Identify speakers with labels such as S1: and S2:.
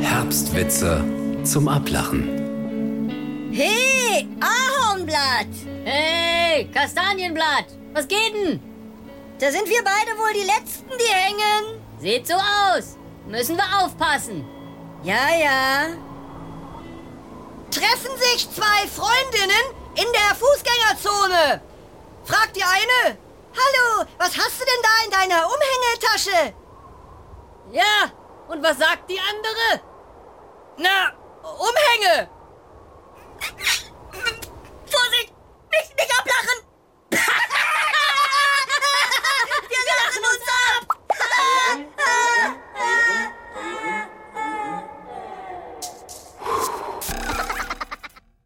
S1: Herbstwitze zum Ablachen.
S2: Hey, Ahornblatt!
S3: Hey, Kastanienblatt, was geht denn?
S2: Da sind wir beide wohl die Letzten, die hängen.
S3: Sieht so aus. Müssen wir aufpassen.
S2: Ja, ja. Treffen sich zwei Freundinnen in der Fußgängerzone. Fragt die eine, Hallo, was hast du denn da in deiner Umhängetasche?
S3: Ja, und was sagt die andere?
S2: Na, Umhänge.